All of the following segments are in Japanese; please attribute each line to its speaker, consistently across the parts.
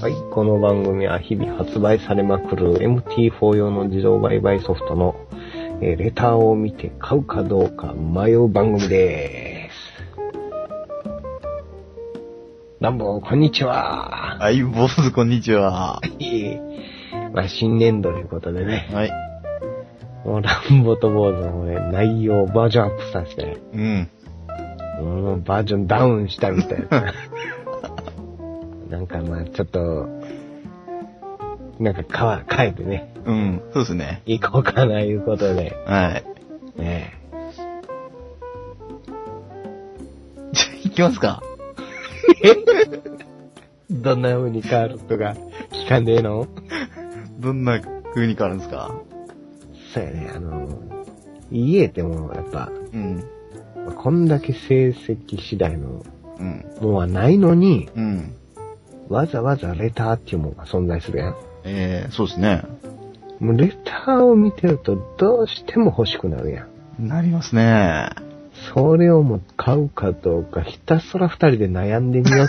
Speaker 1: はい、この番組は日々発売されまくる MT4 用の自動売買ソフトの、えーレターを見て買うかどうか迷う番組です。ランボー、こんにちは。
Speaker 2: はい、ボス、こんにちは。
Speaker 1: まあ、新年度ということでね、
Speaker 2: はい。
Speaker 1: もうランボーと坊主の方で内容をバージョンアップさせて、
Speaker 2: うん。
Speaker 1: うん、バージョンダウンしたみたいな。 なんかまあちょっと、なんかかわ変えてね、
Speaker 2: うん。そうですね。
Speaker 1: 行こうかないうことで、
Speaker 2: はい。
Speaker 1: ね
Speaker 2: じゃあ、行きますか。
Speaker 1: どんな風に変わるとか聞かねえの
Speaker 2: どんな風に変わるんですか
Speaker 1: そうやね、あの、家でもやっぱ、
Speaker 2: うん。
Speaker 1: こんだけ成績次第の
Speaker 2: うん。
Speaker 1: もんはないのに、
Speaker 2: うん。
Speaker 1: わざわざレターっていうもんが存在するやん。
Speaker 2: えー、そうですね。
Speaker 1: もうレターを見てるとどうしても欲しくなるやん。
Speaker 2: なりますね。
Speaker 1: それをもう買うかどうかひたすら二人で悩んでみよう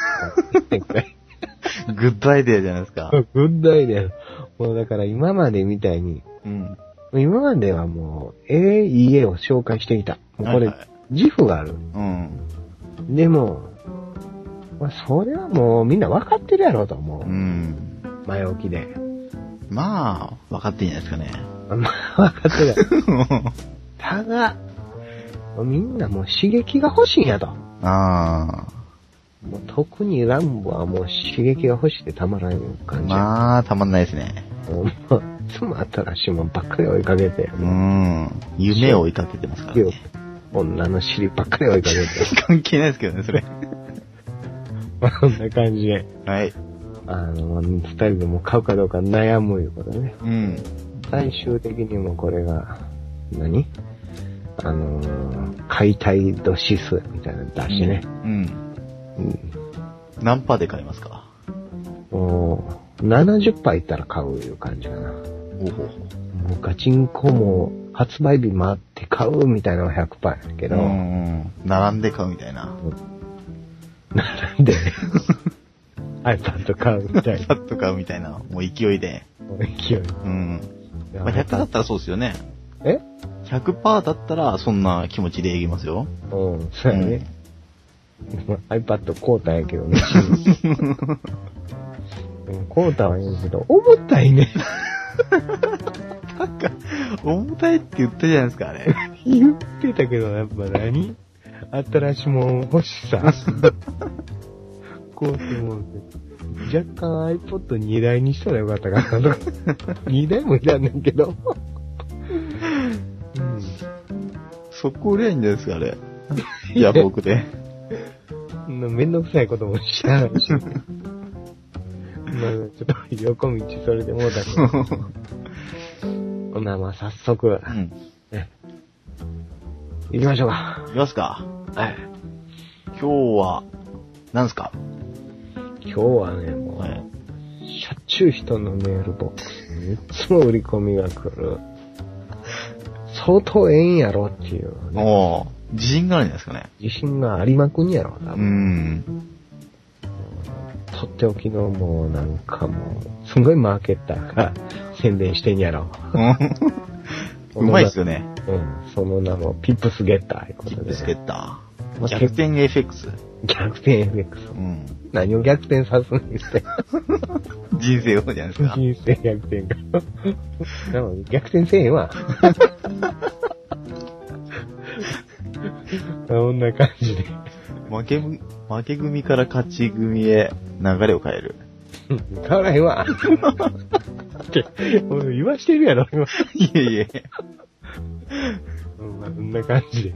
Speaker 1: って。
Speaker 2: グッドアイデアじゃないですか。
Speaker 1: グッドアイデア。もうだから今までみたいに、
Speaker 2: うん。
Speaker 1: 今まではもう、ええ、いいえを紹介していた。もうこ
Speaker 2: は
Speaker 1: れ
Speaker 2: いはい、
Speaker 1: 自負がある。
Speaker 2: うん。
Speaker 1: でも、まあ、それはもうみんな分かってるやろうと思
Speaker 2: う
Speaker 1: う。
Speaker 2: ん。
Speaker 1: 前置きで。
Speaker 2: まあ、分かっていいんじゃないですかね。
Speaker 1: まあ、分か ってるやろ。ただ、みんなもう刺激が欲しいんやと。
Speaker 2: あ
Speaker 1: もう特にランボはもう刺激が欲しくてたまらんよ
Speaker 2: あ。
Speaker 1: 感じや。
Speaker 2: まあ、たまんないですね。
Speaker 1: もういつも新しいもんばっかり追いかけて、
Speaker 2: うん。夢を追い立ててますからね。
Speaker 1: 女の尻ばっかり追いかけて、
Speaker 2: 関係ないですけどね、それ。
Speaker 1: こんな感じで、
Speaker 2: はい。
Speaker 1: あの、二人でも買うかどうか悩むいうことね。
Speaker 2: うん。
Speaker 1: 最終的にもこれが、何あのー解体度指数みたいなの出してね。
Speaker 2: うん。
Speaker 1: うん。
Speaker 2: 何パーで買いますか
Speaker 1: もう、70%いったら買ういう感じかな。
Speaker 2: おほ
Speaker 1: もうガチンコも発売日待って買うみたいなのは100%やけ
Speaker 2: う
Speaker 1: ど、
Speaker 2: んうん。並んで買うみたいな。
Speaker 1: なん で、iPad 買うみたいな
Speaker 2: パッと買うみたいな。もう勢いで。
Speaker 1: 勢い。
Speaker 2: うん。
Speaker 1: いや
Speaker 2: まあ、100だったらそうですよね。
Speaker 1: え
Speaker 2: ?100% だったらそんな気持ちでいきますよ。
Speaker 1: うん、そうやね。iPad 買うたんやけどね。 でも買うたはいいんやけど、思ったいね。
Speaker 2: 重たいって言ったじゃないですか、あれ。
Speaker 1: 言ってたけど、やっぱ何新しいもん欲しさ。 こうてもうて。若干 iPod2 台にしたらよかったかなとか。2台も いらんねんけど。 うん
Speaker 2: そこ売りゃいいんじゃないですか、あれ。やばく で。
Speaker 1: めんどくさいこともしないし。ま あ、ちょっと横道それでもうだけど。ほな、まあ早速
Speaker 2: う、ん。
Speaker 1: 行きましょうか。
Speaker 2: いきますか。
Speaker 1: はい。
Speaker 2: 今日は、何ですか
Speaker 1: 今日はね、もう、
Speaker 2: はい
Speaker 1: しょっちゅう人のメールボックスにいつも売り込みが来る。相当ええんやろっていう、ね、
Speaker 2: おー自信があるんじゃないですかね。
Speaker 1: 自信がありまくんやろ、多
Speaker 2: う
Speaker 1: 分。
Speaker 2: ん。
Speaker 1: とっておきのもうなんかもう、すごいマーケッターが 宣伝してんやろ。
Speaker 2: うまいっすよね。
Speaker 1: うん。その名も、ピップスゲッターいうこ
Speaker 2: キ
Speaker 1: と
Speaker 2: ップ
Speaker 1: で。
Speaker 2: スケッタ
Speaker 1: ま
Speaker 2: ー。
Speaker 1: あ
Speaker 2: 逆転 FX。
Speaker 1: 逆転 FX。
Speaker 2: うん。
Speaker 1: 何を逆転さすんですか
Speaker 2: 人生をじゃないですか。
Speaker 1: 人生逆転か。でも逆転せえへんわ。こんな感じで。
Speaker 2: 負けぐ、負け組から勝ち組へ流れを変える。
Speaker 1: 変わらへんわ。って、もう言わしてるやろ、今。
Speaker 2: いえいえ。
Speaker 1: うんまあそんな感じで。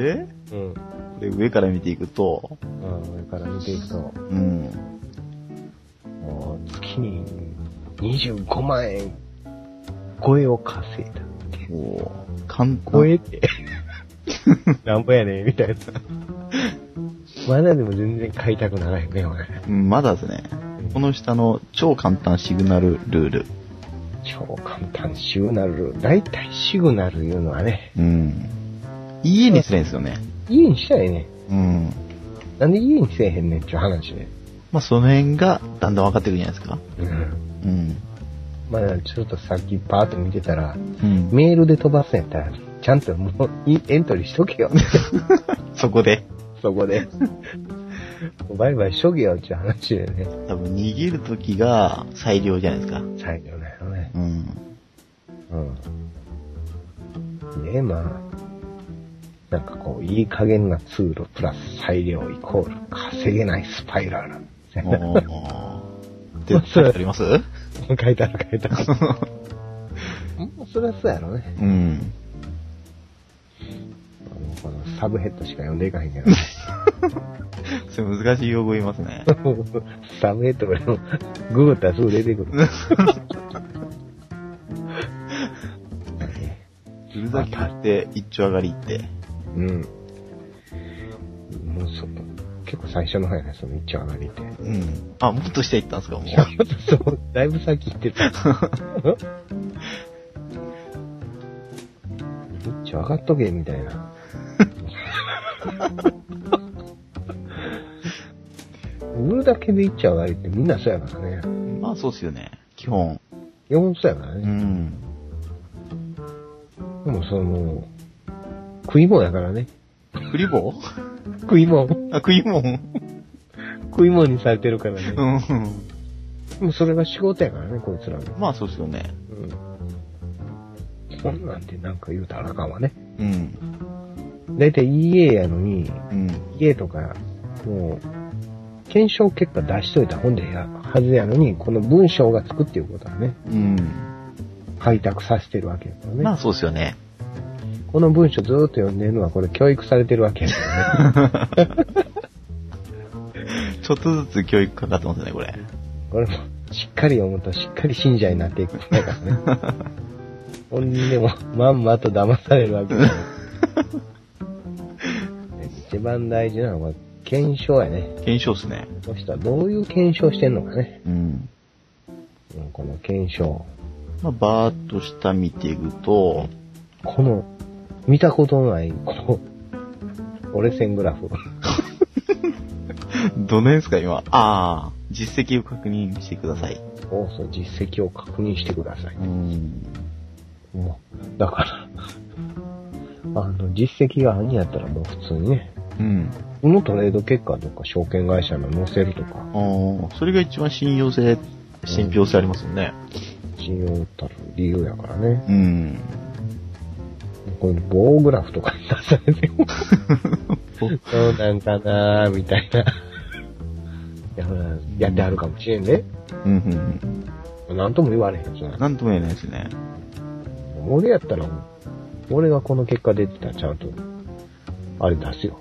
Speaker 2: で、
Speaker 1: うん。
Speaker 2: これ上から見ていくと、
Speaker 1: まあ、上から見ていくと、
Speaker 2: うん。
Speaker 1: もう月に25万円超えを稼いだ。
Speaker 2: こう、簡
Speaker 1: 超
Speaker 2: 単。
Speaker 1: えて。なんぼやねん、みたいな。まだでも全然買いたくならへんね、俺。
Speaker 2: うん、まだですね。この下の超簡単シグナルルール。
Speaker 1: 超簡単、シグナル。大体シグナルいうのはね、
Speaker 2: うん。家にすりゃいいんですよね。
Speaker 1: 家にしたらええね
Speaker 2: うん。
Speaker 1: ん。なんで家にせえへんねんっていう話ね。
Speaker 2: まあ、その辺がだんだん分かってくるんじゃないですか。
Speaker 1: うん。
Speaker 2: うん。
Speaker 1: まあ、ちょっとさっきパーッと見てたら、
Speaker 2: うん。
Speaker 1: メールで飛ばすんやったら、ちゃんともういエントリーしとけよ。
Speaker 2: そこで、
Speaker 1: そこで。 バイバイしとけよっていう話でね。
Speaker 2: 多分逃げるときが最良じゃないですか。
Speaker 1: 最後だよね。
Speaker 2: うん。
Speaker 1: うん。で、まあ、なんかこう、いい加減な通路プラス裁量イコール稼げないスパイラル。
Speaker 2: お ー。って書いてあります
Speaker 1: 書いてある書 いてある。もうそりゃそうやろね。
Speaker 2: うん。
Speaker 1: あのこのサブヘッドしか読んでいかへんけど。
Speaker 2: それ難しい用語言います ね。
Speaker 1: サブヘッドがググったらすぐ出てく る。
Speaker 2: うるざき買って、一丁上がりって。
Speaker 1: うん。もうそ結構最初の方やね、その一丁上がりって。
Speaker 2: うん。あ、もっと下行ったんですか、もう。
Speaker 1: そう、だいぶ先行ってた。一丁上がっとけ、みたいな。売るだけで一丁上がりってみんなそうやからね。
Speaker 2: まあそうっすよね。基本。
Speaker 1: 基本そうやから
Speaker 2: う
Speaker 1: ね。
Speaker 2: ん。
Speaker 1: でもその、食い物やからね。
Speaker 2: クリボ
Speaker 1: 食い物。
Speaker 2: ーあ、食いもん。
Speaker 1: 食い物にされてるからね。
Speaker 2: うん。
Speaker 1: でもそれが仕事やからね、こいつらの。
Speaker 2: まあそうっすよね。
Speaker 1: うん。こんなんてなんか言うたらあかんわね。
Speaker 2: うん。
Speaker 1: だいたいい家やのに、
Speaker 2: うん。
Speaker 1: 家とか、もう、検証結果出しといた本でやはずやのに、この文章がつくっていうことはね、
Speaker 2: うん。
Speaker 1: 開拓させてるわけやからね。
Speaker 2: まあそうっすよね。
Speaker 1: この文章ずーっと読んでるのは、これ教育されてるわけやから ね。
Speaker 2: ちょっとずつ教育かかってますね、これ。
Speaker 1: これも、しっかり読むと、しっかり信者になっていくからね。ほんでも、まんまと騙されるわけだよ。一番大事なのは、検証やね。
Speaker 2: 検証っすね。
Speaker 1: この人はどういう検証してんのかね。
Speaker 2: うん。
Speaker 1: うんこの検証。
Speaker 2: まあ、バーっと下見ていくと、
Speaker 1: この、見たことのない、この、折れ線グラフ。
Speaker 2: どの辺ですか、今。ああ、実績を確認してください。
Speaker 1: おうそう実績を確認してください。
Speaker 2: うん。
Speaker 1: もう、だから、あの、実績が何やったらもう普通にね、
Speaker 2: うん。
Speaker 1: このトレード結果とか証券会社の載せるとか、
Speaker 2: ああ、それが一番信用性、信憑性ありますよね。
Speaker 1: 信用たる理由やからね。
Speaker 2: うん。
Speaker 1: こういう棒グラフとかに出されても、そうなんかなーみたいな。いや、ほら、やってあるかもしれんね。
Speaker 2: うん、うん、
Speaker 1: なんとも言われへんじゃ
Speaker 2: うんん。。なんとも言えないですね。
Speaker 1: 俺やったら、俺がこの結果出てたらちゃんと、あれ出すよ。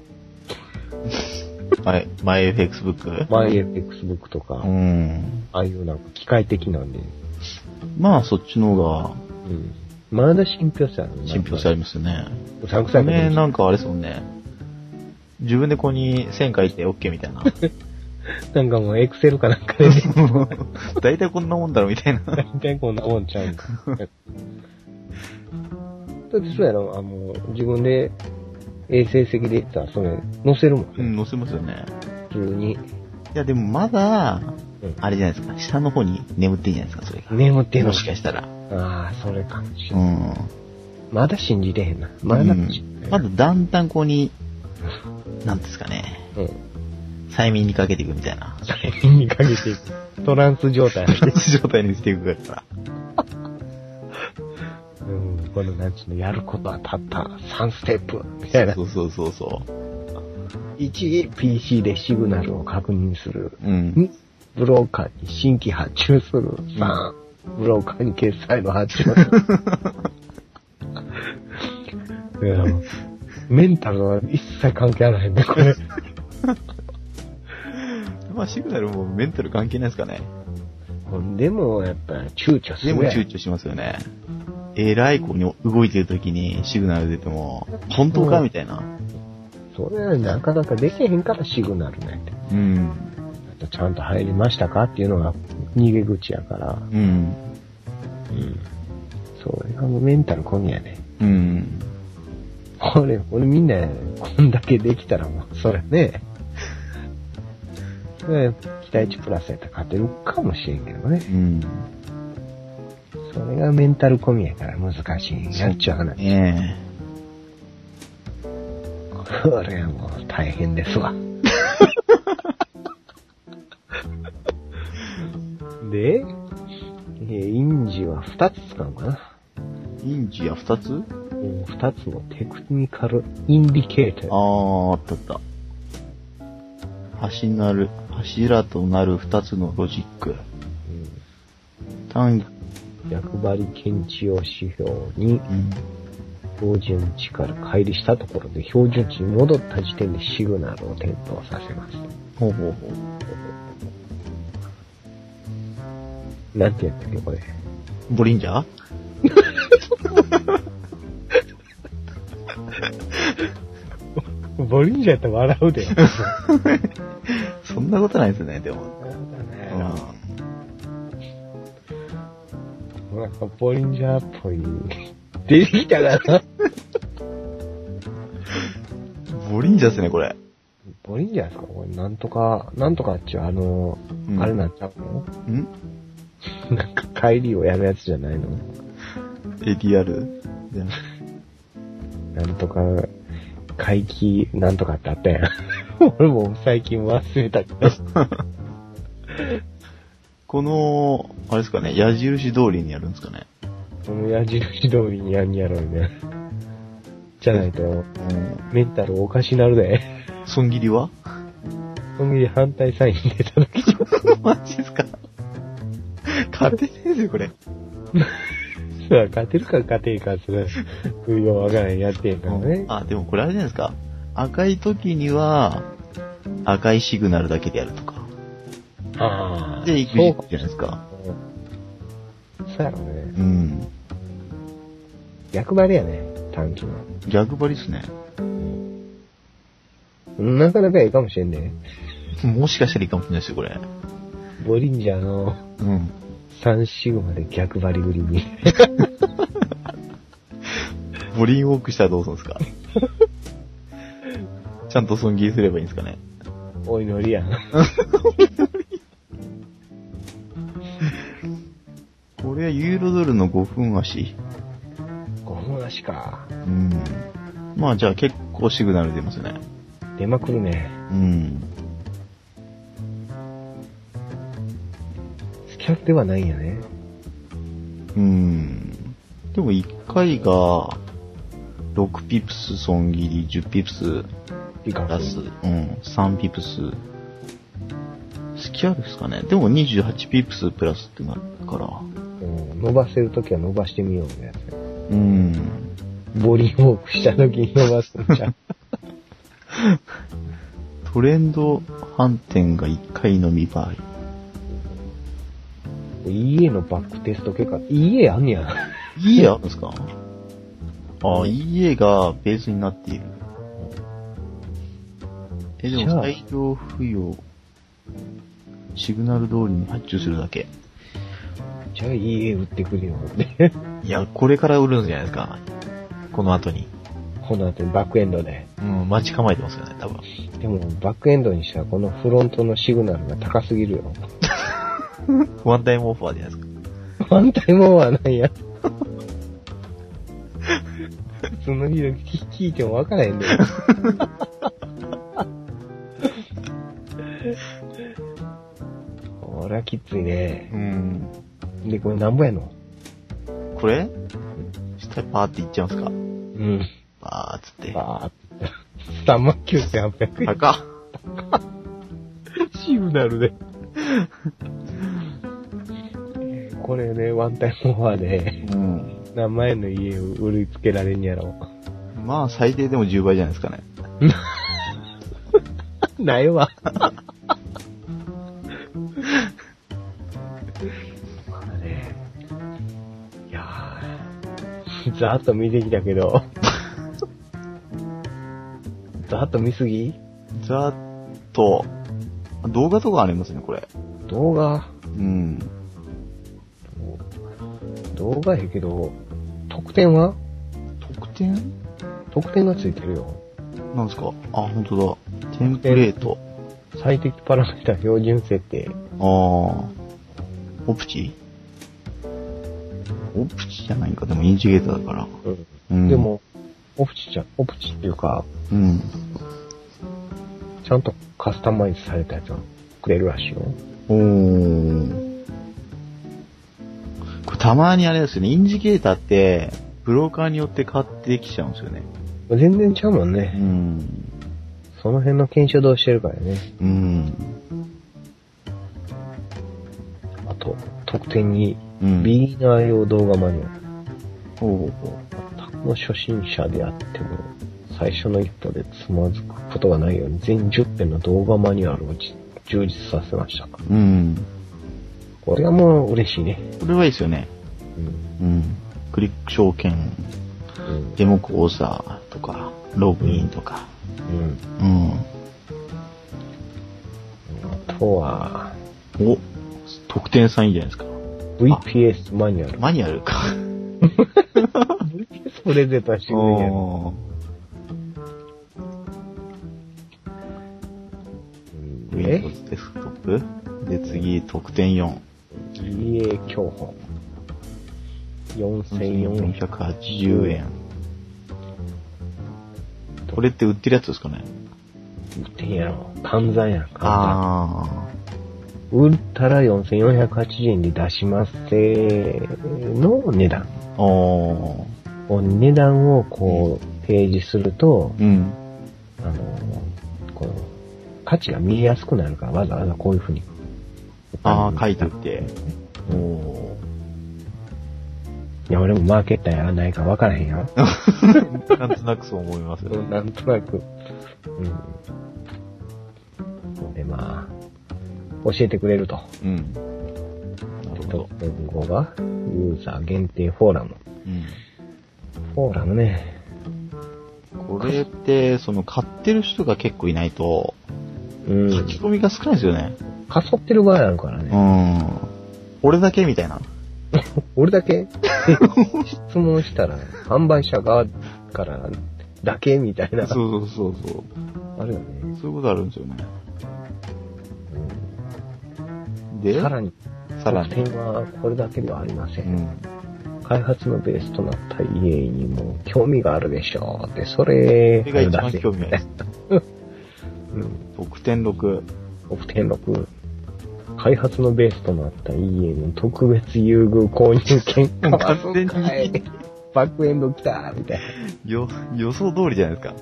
Speaker 2: はい、マイ FXBook?
Speaker 1: マイエフ X ブックとか、
Speaker 2: う
Speaker 1: あ
Speaker 2: ん。
Speaker 1: あいうなんか機械的なんで、
Speaker 2: まあ、そっちの方が
Speaker 1: うん。まだ信憑性あるね
Speaker 2: 信憑性ありますよね。
Speaker 1: うさんくさいこと
Speaker 2: ね
Speaker 1: 言う
Speaker 2: なんかあれですもんね。自分でここに線書いて OK みたい な。
Speaker 1: なんかもうエクセルかなんかで、ね、
Speaker 2: 大体こんなもんだろみたいな。
Speaker 1: 大体こんなもんちゃうんか。だってそうやろ、あの、自分で、ええ成績で言ったら、それ、載せるもん
Speaker 2: う
Speaker 1: ね、
Speaker 2: ん、載せますよね。
Speaker 1: 普通に。
Speaker 2: いや、でもまだ
Speaker 1: うん、
Speaker 2: あれじゃないですか。下の方に眠ってんじゃないですか、それが。
Speaker 1: 眠ってんの
Speaker 2: もしかしたら。
Speaker 1: ああ、それかもしれ。
Speaker 2: うんん。
Speaker 1: まだ信じれへんな。まだ信じれへ
Speaker 2: うん
Speaker 1: ん。
Speaker 2: まだだんだんここに、なんですかね。
Speaker 1: うん
Speaker 2: 催眠にかけていくみたい な。
Speaker 1: 催眠にかけて、トランス状態。
Speaker 2: 状態にしていくから。
Speaker 1: うん、このなんつうの、やることはたった3ステップ、みたいな。
Speaker 2: そうそうそうそう。
Speaker 1: 1、PC でシグナルを確認する。
Speaker 2: うん。
Speaker 1: 2、ブローカーに新規発注する。3、ブローカーに決済の発注する。いやもうメンタルは一切関係あらへんね、これ。
Speaker 2: まあ、シグナルもメンタル関係ないですかね。
Speaker 1: でも、やっぱ、躊躇す
Speaker 2: で
Speaker 1: る
Speaker 2: も
Speaker 1: やん。
Speaker 2: 躊躇しますよね。えらい子に動いてる時にシグナル出ても、本当かみたいな。
Speaker 1: それはなかなかできへんからシグナルね。
Speaker 2: うん。
Speaker 1: ちゃんと入りましたかっていうのが逃げ口やから。
Speaker 2: うん。
Speaker 1: そう、あのメンタル込みやね。
Speaker 2: うん。
Speaker 1: これ、俺みんな、こんだけできたらもう、それね。ね期待値プラスやったら勝てるかもしれんけどね。
Speaker 2: うん。
Speaker 1: それがメンタル込みやから難しいんやっちゅう話。
Speaker 2: ね
Speaker 1: これはもう大変ですわ。で、えーインジは2つ使うのかな。
Speaker 2: え。インチや二つ
Speaker 1: 2つのテクニカルインディケーター。
Speaker 2: あー、あったあった。柱なる、柱となる二つのロジック。単、
Speaker 1: うん役割検知用指標に
Speaker 2: うん。
Speaker 1: 標準値から乖離したところで標準値に戻った時点でシグナルを点灯させます。
Speaker 2: ほうほうほう。
Speaker 1: なんてやったっけ、これ。
Speaker 2: ボリンジャー
Speaker 1: ボリンジャーって笑うで。
Speaker 2: そんなことないですね、でも。う
Speaker 1: なんかボリンジャーっぽい。出てきたかな。
Speaker 2: ん。ボリンジャーですね、これ。
Speaker 1: ボリンジャーですかこれ、なんとか、なんとかっちゅう、あの、
Speaker 2: うん
Speaker 1: あれなっちゃうの
Speaker 2: ん
Speaker 1: なんか帰りをやるやつじゃないの
Speaker 2: ?ADR? じゃ
Speaker 1: なんとか、回帰なんとかってあったやん。 俺も最近忘れたけど。
Speaker 2: この、あれですかね、矢印通りにやるんですかね。
Speaker 1: その矢印通りにやんやろうね。じゃないと、
Speaker 2: うん。
Speaker 1: メンタルおかしなるで。
Speaker 2: 損切りは
Speaker 1: その時反対サイン出た時
Speaker 2: マジですか勝手ですよ、これ。
Speaker 1: は勝てるか勝てんかする。不要わからんやってんからね。
Speaker 2: あ、でもこれあれじゃないですか。赤い時には、赤いシグナルだけでやるとか。
Speaker 1: あ
Speaker 2: で、行く
Speaker 1: そうか
Speaker 2: じゃないですか。
Speaker 1: そうやろね。
Speaker 2: うん。
Speaker 1: 役割やね、短期の。
Speaker 2: 逆張りですね。
Speaker 1: なかなかいいかもしれんね。
Speaker 2: もしかしたらいいかもしれないですよ、これ。
Speaker 1: ボリンジャーの
Speaker 2: うん。
Speaker 1: 3シグマで逆張りぐりに。
Speaker 2: ボリンウォークしたらどうするんです かちゃんと損切りすればいいんですかね
Speaker 1: お祈りやん。
Speaker 2: これはユーロドルの5分足。
Speaker 1: ご分足か。
Speaker 2: うん。まあじゃあ結構シグナル出ますね。
Speaker 1: 出まくるね。
Speaker 2: うん。
Speaker 1: スキャンではないんやね。
Speaker 2: うん。でも1回が、6ピプス損切り、10ピプス
Speaker 1: いいか
Speaker 2: 出す。うん。3ピプス。スキャルですかね。でも28ピプスプラスってなるから。
Speaker 1: うん。伸ばせるときは伸ばしてみようみたいなやつね。
Speaker 2: うん。
Speaker 1: ボリンウォークしたときに伸ばすんちゃう。
Speaker 2: トレンド反転が1回のみ場合。
Speaker 1: EA のバックテスト結果、EA あんねや。
Speaker 2: EA あるんですかあ、EA がベースになっている。え、で
Speaker 1: じゃ
Speaker 2: も
Speaker 1: あ
Speaker 2: 最量不要。シグナル通りに発注するだけ。
Speaker 1: じゃあ EA 売ってくるよって。
Speaker 2: いや、これから売るんじゃないですか。この後に。
Speaker 1: この後にバックエンドで。
Speaker 2: うん、待ち構えてますよね、多分。
Speaker 1: でも、バックエンドにしたらこのフロントのシグナルが高すぎるよ。
Speaker 2: ワンタイムオファーじゃないですか。
Speaker 1: 反対もんはないや。その日々聞いても分からへんね。これはきついね。
Speaker 2: うん。
Speaker 1: で、これなんぼやの
Speaker 2: これ下パーっていっちゃうんすか
Speaker 1: うん。
Speaker 2: パーっつって。
Speaker 1: あー3万9800円。
Speaker 2: 高っ。
Speaker 1: シグナルで。 これね、ワンタイムオファーで、
Speaker 2: うん。
Speaker 1: 何万円の家を売りつけられんやろ。
Speaker 2: まあ、最低でも10倍じゃないですかね。
Speaker 1: ないわ。まあね。いやーざーっと見てきたけど。ざーっと見すぎ
Speaker 2: ざーっと、動画とかありますね、これ。
Speaker 1: 動画。
Speaker 2: うん。
Speaker 1: 動画やけど、特典は
Speaker 2: 特典
Speaker 1: 特典がついてるよ。
Speaker 2: なんですかあ、本当だ。テンプレート。
Speaker 1: 最適パラメータ標準設定。
Speaker 2: ああ。オプチオプチじゃないか。でもインジゲーターだから。うん。
Speaker 1: で、も、オプチじゃ、オプチっていうか、
Speaker 2: うん。
Speaker 1: ちゃんとカスタマイズされたやつをくれるらしいよ。
Speaker 2: おー。これたまにあれですよね。インジゲーターって、ブローカーによって変わってきちゃうんですよね。
Speaker 1: 全然ちゃうもん
Speaker 2: う
Speaker 1: ね。
Speaker 2: ん。
Speaker 1: その辺の検証どうしてるからね。
Speaker 2: うん。
Speaker 1: あと、特典に、
Speaker 2: うん。
Speaker 1: ビギナー用動画マニュアル。
Speaker 2: ほうほうほ
Speaker 1: 全くの初心者であっても、最初の一歩でつまずくことがないように、全10編の動画マニュアルをじ充実させました。
Speaker 2: う。うん。
Speaker 1: これはもう嬉しいね。
Speaker 2: これはいいですよね。
Speaker 1: うん。
Speaker 2: うん。クリック証券、
Speaker 1: うん。
Speaker 2: デモ講座とか、ログインとか。
Speaker 1: うん
Speaker 2: うん。
Speaker 1: あとは、
Speaker 2: お、特典さんいいじゃないですか。
Speaker 1: VPS マニュアル。
Speaker 2: マニュアルか。
Speaker 1: プレゼントはしてくれるやん
Speaker 2: おー
Speaker 1: うんえ
Speaker 2: Windows デスクトップで、次、特典4。
Speaker 1: EA 競歩。4400
Speaker 2: 1480円。これって売ってるやつですかね
Speaker 1: 点やろ。換算やん、換算。
Speaker 2: あ
Speaker 1: 売ったら4480円で出しますせーの値段。
Speaker 2: あ。おー。
Speaker 1: こう値段をこう、提示すると、
Speaker 2: うん。
Speaker 1: あの、この、価値が見えやすくなるから、わざわざこういうふうに。
Speaker 2: ああ、書いてあって。おお
Speaker 1: いや、俺もマーケッターやらないから分からへんよ。
Speaker 2: ー。なんとなくそう思いますよね。
Speaker 1: なんとなく。うん。で、まあ、教えてくれると。
Speaker 2: うん。なるほど。
Speaker 1: 文語が、ユーザー限定フォーラム。フォーラムね。
Speaker 2: うん。これって、その、買ってる人が結構いないと、
Speaker 1: うん。
Speaker 2: 書き込みが少ないですよね。
Speaker 1: かそってる場合あるから
Speaker 2: う
Speaker 1: ね。
Speaker 2: ん。俺だけみたいな。
Speaker 1: 俺だけ質問したら、販売者側からだけみたいな。
Speaker 2: そうそうそうそう。
Speaker 1: あるよね。
Speaker 2: そういうことあるんですよね。で、
Speaker 1: さらに、
Speaker 2: さらに。
Speaker 1: 特典はこれだけではありませ。
Speaker 2: うんん。
Speaker 1: 開発のベースとなった家にも興味があるでしょう。で、そ
Speaker 2: こ
Speaker 1: れ、
Speaker 2: れが一番興味ある。
Speaker 1: うん。
Speaker 2: 特典6。
Speaker 1: 特典6。開発のベースとなった家の特別優遇購入権。
Speaker 2: 完全に
Speaker 1: かわいいバックエンド来たみたい
Speaker 2: よ、予想通りじゃないですか。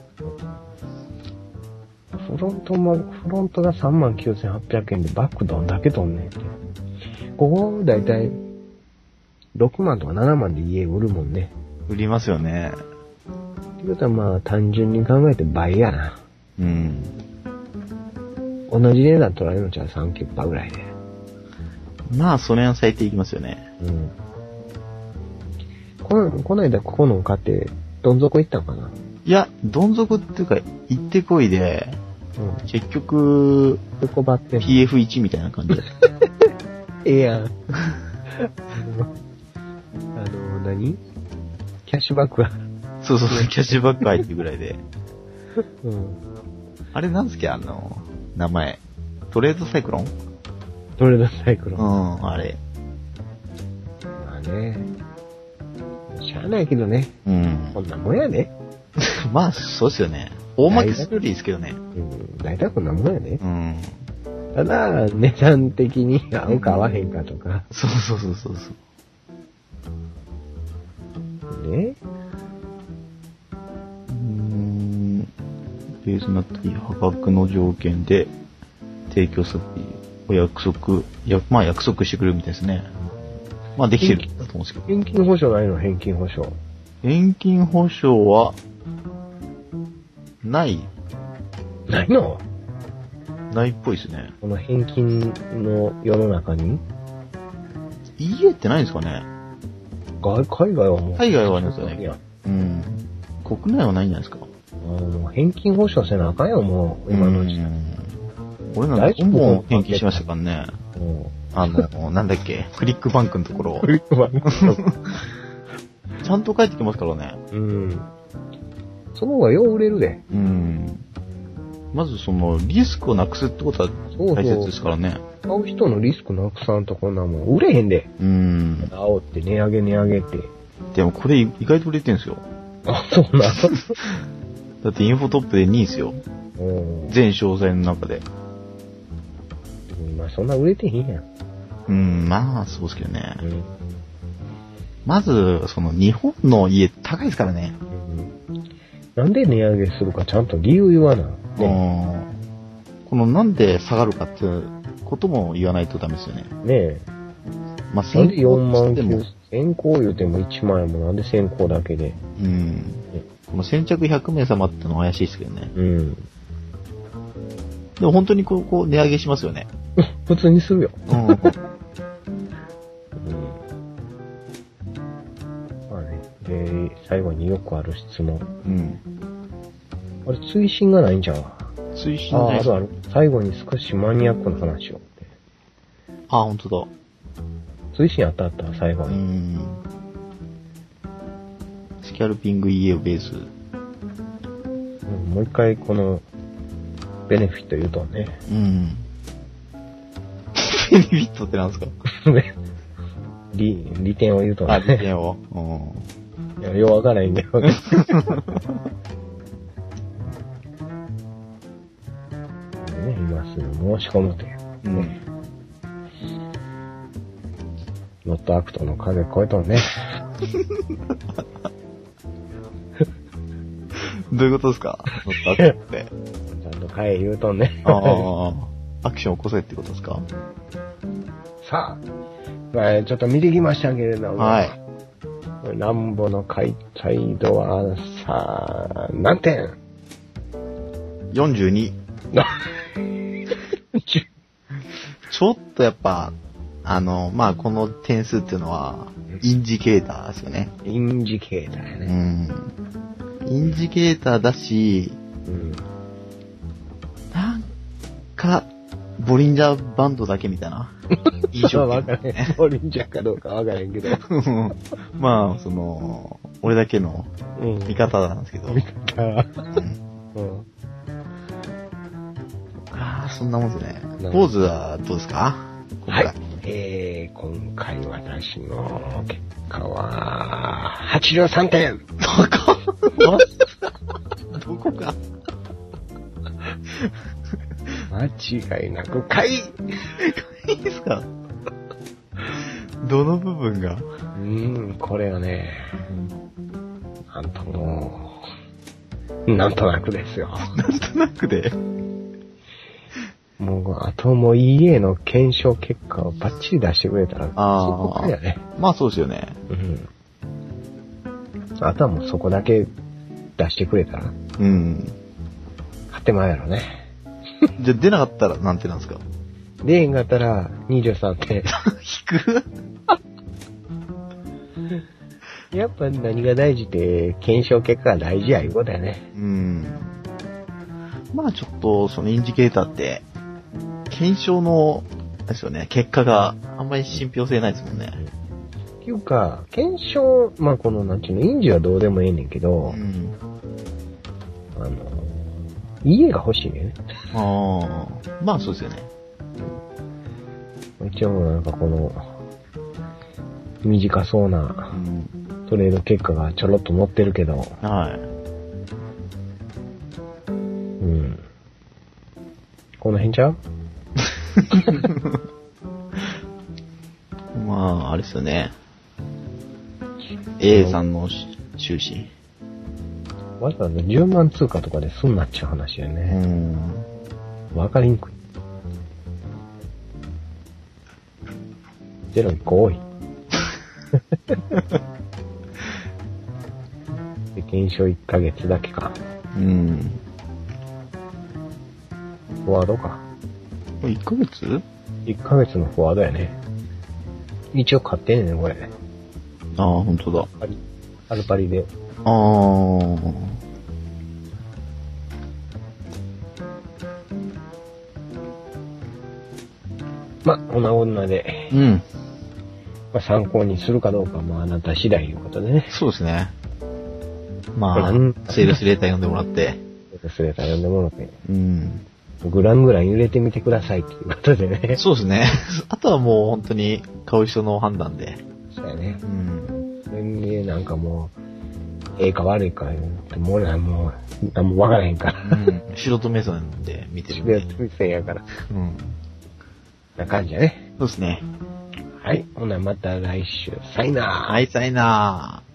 Speaker 1: な。フロントも、フロントが39,800円でバックどんだけとんねんって。ここ、だいたい、6万とか7万で家売るもんね。
Speaker 2: 売りますよね。
Speaker 1: ってことはまあ、単純に考えて倍やな。
Speaker 2: うん。
Speaker 1: 同じ値段取られるのじゃう3キュッパーぐらいで。
Speaker 2: まあ、それは最低いきますよね。
Speaker 1: うん。この、この間ここのを買って、どん底行ったんかない
Speaker 2: や、どん底っていうか、行ってこいで、
Speaker 1: うん。
Speaker 2: 結局、
Speaker 1: そこばってんの
Speaker 2: PF1 みたいな 感じで。
Speaker 1: ええやん。あの、あの何キャッシュバックは。
Speaker 2: そうそうそう、キャッシュバック入ってぐらいで。
Speaker 1: うん。
Speaker 2: あれなんすっけ、あの、名前。トレードサイクロン
Speaker 1: トレードサイクロ
Speaker 2: う
Speaker 1: ン。
Speaker 2: ん、あれ。
Speaker 1: まあね。しゃあないけどね。
Speaker 2: うん。
Speaker 1: こんなもんやね。
Speaker 2: まあ、そうっすよね。大負けするよりいいですけどね。
Speaker 1: うん。大体こんなもんやね。
Speaker 2: うん。
Speaker 1: ただ、値段的に合うか合わへんかとか。
Speaker 2: そうそうそうそうそう。
Speaker 1: ね。
Speaker 2: うーん。ベースになったり、破格の条件で提供するっていうお約束、やまあ約束してくれるみたいですね。まあできてるんだと思うんですけど。
Speaker 1: 返金保証ないの返金保証。
Speaker 2: 返金保証は、ない、
Speaker 1: ないの
Speaker 2: ないっぽいですね。
Speaker 1: この返金の世の中に
Speaker 2: EA ってないんですかね
Speaker 1: 外海外はもう。
Speaker 2: 海外はありますよ
Speaker 1: い
Speaker 2: ね。
Speaker 1: や、
Speaker 2: うん。国内はないんじゃないですか
Speaker 1: もう返金保証せなあかんよ、もう、今の時代。
Speaker 2: うん俺なんか、ボン返金しましたからね。
Speaker 1: も
Speaker 2: あの、なんだっけ、クリックバンクのところ
Speaker 1: う。。
Speaker 2: ちゃんと帰ってきますからね。
Speaker 1: うん。その方がよう売れるで。
Speaker 2: うん。まずその、リスクをなくすってことは
Speaker 1: そう
Speaker 2: 大切
Speaker 1: そ
Speaker 2: ですからね。
Speaker 1: う。買う人のリスクなくさんとこんなもん売れへんで。
Speaker 2: うん。
Speaker 1: 煽って値上げ値上げって。
Speaker 2: でもこれ意外と売れてるんですよ。
Speaker 1: あ、そうな
Speaker 2: だってインフォトップで2位ですよ。
Speaker 1: の
Speaker 2: 全詳細の中で。
Speaker 1: うん。まあそんな売れてへんやん。
Speaker 2: うん、まあ、そうですけどね
Speaker 1: う。ん。
Speaker 2: まず、その、日本の家高いですからね。
Speaker 1: うんなんで値上げするかちゃんと理由言わな。ね
Speaker 2: うんこの、なんで下がるかってことも言わないとダメですよね。
Speaker 1: ね
Speaker 2: まあ、
Speaker 1: え。なんで4
Speaker 2: 先行
Speaker 1: 万
Speaker 2: って
Speaker 1: 9
Speaker 2: も、
Speaker 1: 先行言うても1万円もなんで先行だけで。
Speaker 2: うん。この先着100名様ってのは怪しいですけどね。
Speaker 1: うん。
Speaker 2: でも本当にこう、こう値上げしますよね。
Speaker 1: 普通にするよ。
Speaker 2: うん。
Speaker 1: うん。まあね。で、最後によくある質問。
Speaker 2: うん。
Speaker 1: あれ、追伸がないんじゃん。
Speaker 2: 推進
Speaker 1: あ
Speaker 2: な
Speaker 1: あ、
Speaker 2: い
Speaker 1: そうある。最後に少しマニアックな話を。
Speaker 2: あ、本当だ。
Speaker 1: 追伸あったあった、最後
Speaker 2: う
Speaker 1: に。
Speaker 2: ん。スキャルピング EA をベース。
Speaker 1: うんもう一回、この、ベネフィット言うとね。
Speaker 2: うん。 ベネフィットってなんですか
Speaker 1: 利、利点を言うと
Speaker 2: あ、利
Speaker 1: ね。
Speaker 2: 点を。うん。
Speaker 1: いやようわからへんけど ね。ね、今すぐ申し込むという。
Speaker 2: うん。
Speaker 1: ノットアクトの風越えとんね。
Speaker 2: どういうことですか乗った後って。
Speaker 1: ちゃんと買え言うとんね。
Speaker 2: ああ。アクション起こせってことですか
Speaker 1: さあ、まあ、ちょっと見てきましたけれども、
Speaker 2: はい。
Speaker 1: ランボの解体度はさあ、何点
Speaker 2: 42。ちょっとやっぱ、あの、まあ、この点数っていうのは、インジケーターですよね。
Speaker 1: インジケーターや
Speaker 2: う
Speaker 1: ね。
Speaker 2: ん。インジケーターだし、
Speaker 1: うん。
Speaker 2: なんか、ボリンジャーバンドだけみたいな。印
Speaker 1: まあ
Speaker 2: 象
Speaker 1: わからへん。ボリンジャーかどうかわからへんけど。
Speaker 2: まあ、その、俺だけの
Speaker 1: うん。
Speaker 2: 見方なんですけど。
Speaker 1: 方。うん。
Speaker 2: ああ、そんなもんですね
Speaker 1: ん。か
Speaker 2: ポーズはどうですか今
Speaker 1: は
Speaker 2: 回
Speaker 1: い。えー、今回私の結果は、83点
Speaker 2: どこか。
Speaker 1: 間違いなく買い
Speaker 2: いいですかどの部分が
Speaker 1: うん、これはね、なんともう、なんとなくですよ。
Speaker 2: なんとなくで。
Speaker 1: もう、あともう EA の検証結果をバッチリ出してくれたら、
Speaker 2: あー
Speaker 1: そこだよね。
Speaker 2: まあそうですよね。
Speaker 1: うん。あとはもうそこだけ出してくれたら、
Speaker 2: うん。
Speaker 1: 勝手前やろね。
Speaker 2: じゃあ出なかったらなんてなんです か
Speaker 1: で、えんかったら23点。
Speaker 2: 引く
Speaker 1: やっぱ何が大事って、検証結果が大事やいうことやね。
Speaker 2: うん。まあちょっと、そのインジケーターって、検証の、あれですよね、結果があんまり信憑性ないですもんね。
Speaker 1: っていうか、検証、まあこの、なんちゅうの、インジはどうでもええねんけど、
Speaker 2: ん。
Speaker 1: あの、家が欲しいね。
Speaker 2: ああ。まあそうですよね。
Speaker 1: 一応なんかこの、短そう
Speaker 2: う。
Speaker 1: なんトレード結果がちょろっと載ってるけど、
Speaker 2: はい。
Speaker 1: うん。この辺ちゃう
Speaker 2: まあ、あれですよね。A さんの収支。
Speaker 1: わざわざ10万通貨とかで済んなっちゃう話や
Speaker 2: う
Speaker 1: ね。
Speaker 2: ん。
Speaker 1: わかりにくい。ゼロ1個多い。 で、検証1ヶ月だけか。
Speaker 2: うん。
Speaker 1: フォワードか。
Speaker 2: 1ヶ月
Speaker 1: 1ヶ月のフォワードやね。一応買ってんねんね、これ。
Speaker 2: ああ、本当だ。
Speaker 1: アルパリで。
Speaker 2: ああ。
Speaker 1: ま、こんな女で、
Speaker 2: うん。
Speaker 1: ま、参考にするかどうかもあなた次第いうことでね。
Speaker 2: そうですね。まあ
Speaker 1: うん、
Speaker 2: セールスレーター読んでもらって。
Speaker 1: うことすれば読んでもろて、
Speaker 2: うん。
Speaker 1: グラングラン揺れてみてくださいっていうことでね。
Speaker 2: そうですね。 あとはもう本当に買う人の判断で。
Speaker 1: そうやね
Speaker 2: う。ん。
Speaker 1: 全然なんかもう、ええか悪いか言ってもらもう、なんもわからへんから。
Speaker 2: うん、素人目線で見てるん
Speaker 1: で、や
Speaker 2: で
Speaker 1: っ。てやから。
Speaker 2: うん。
Speaker 1: な感じやね。
Speaker 2: そうですね。
Speaker 1: はい。ほな、また来週。さいなら
Speaker 2: はい、さいなー。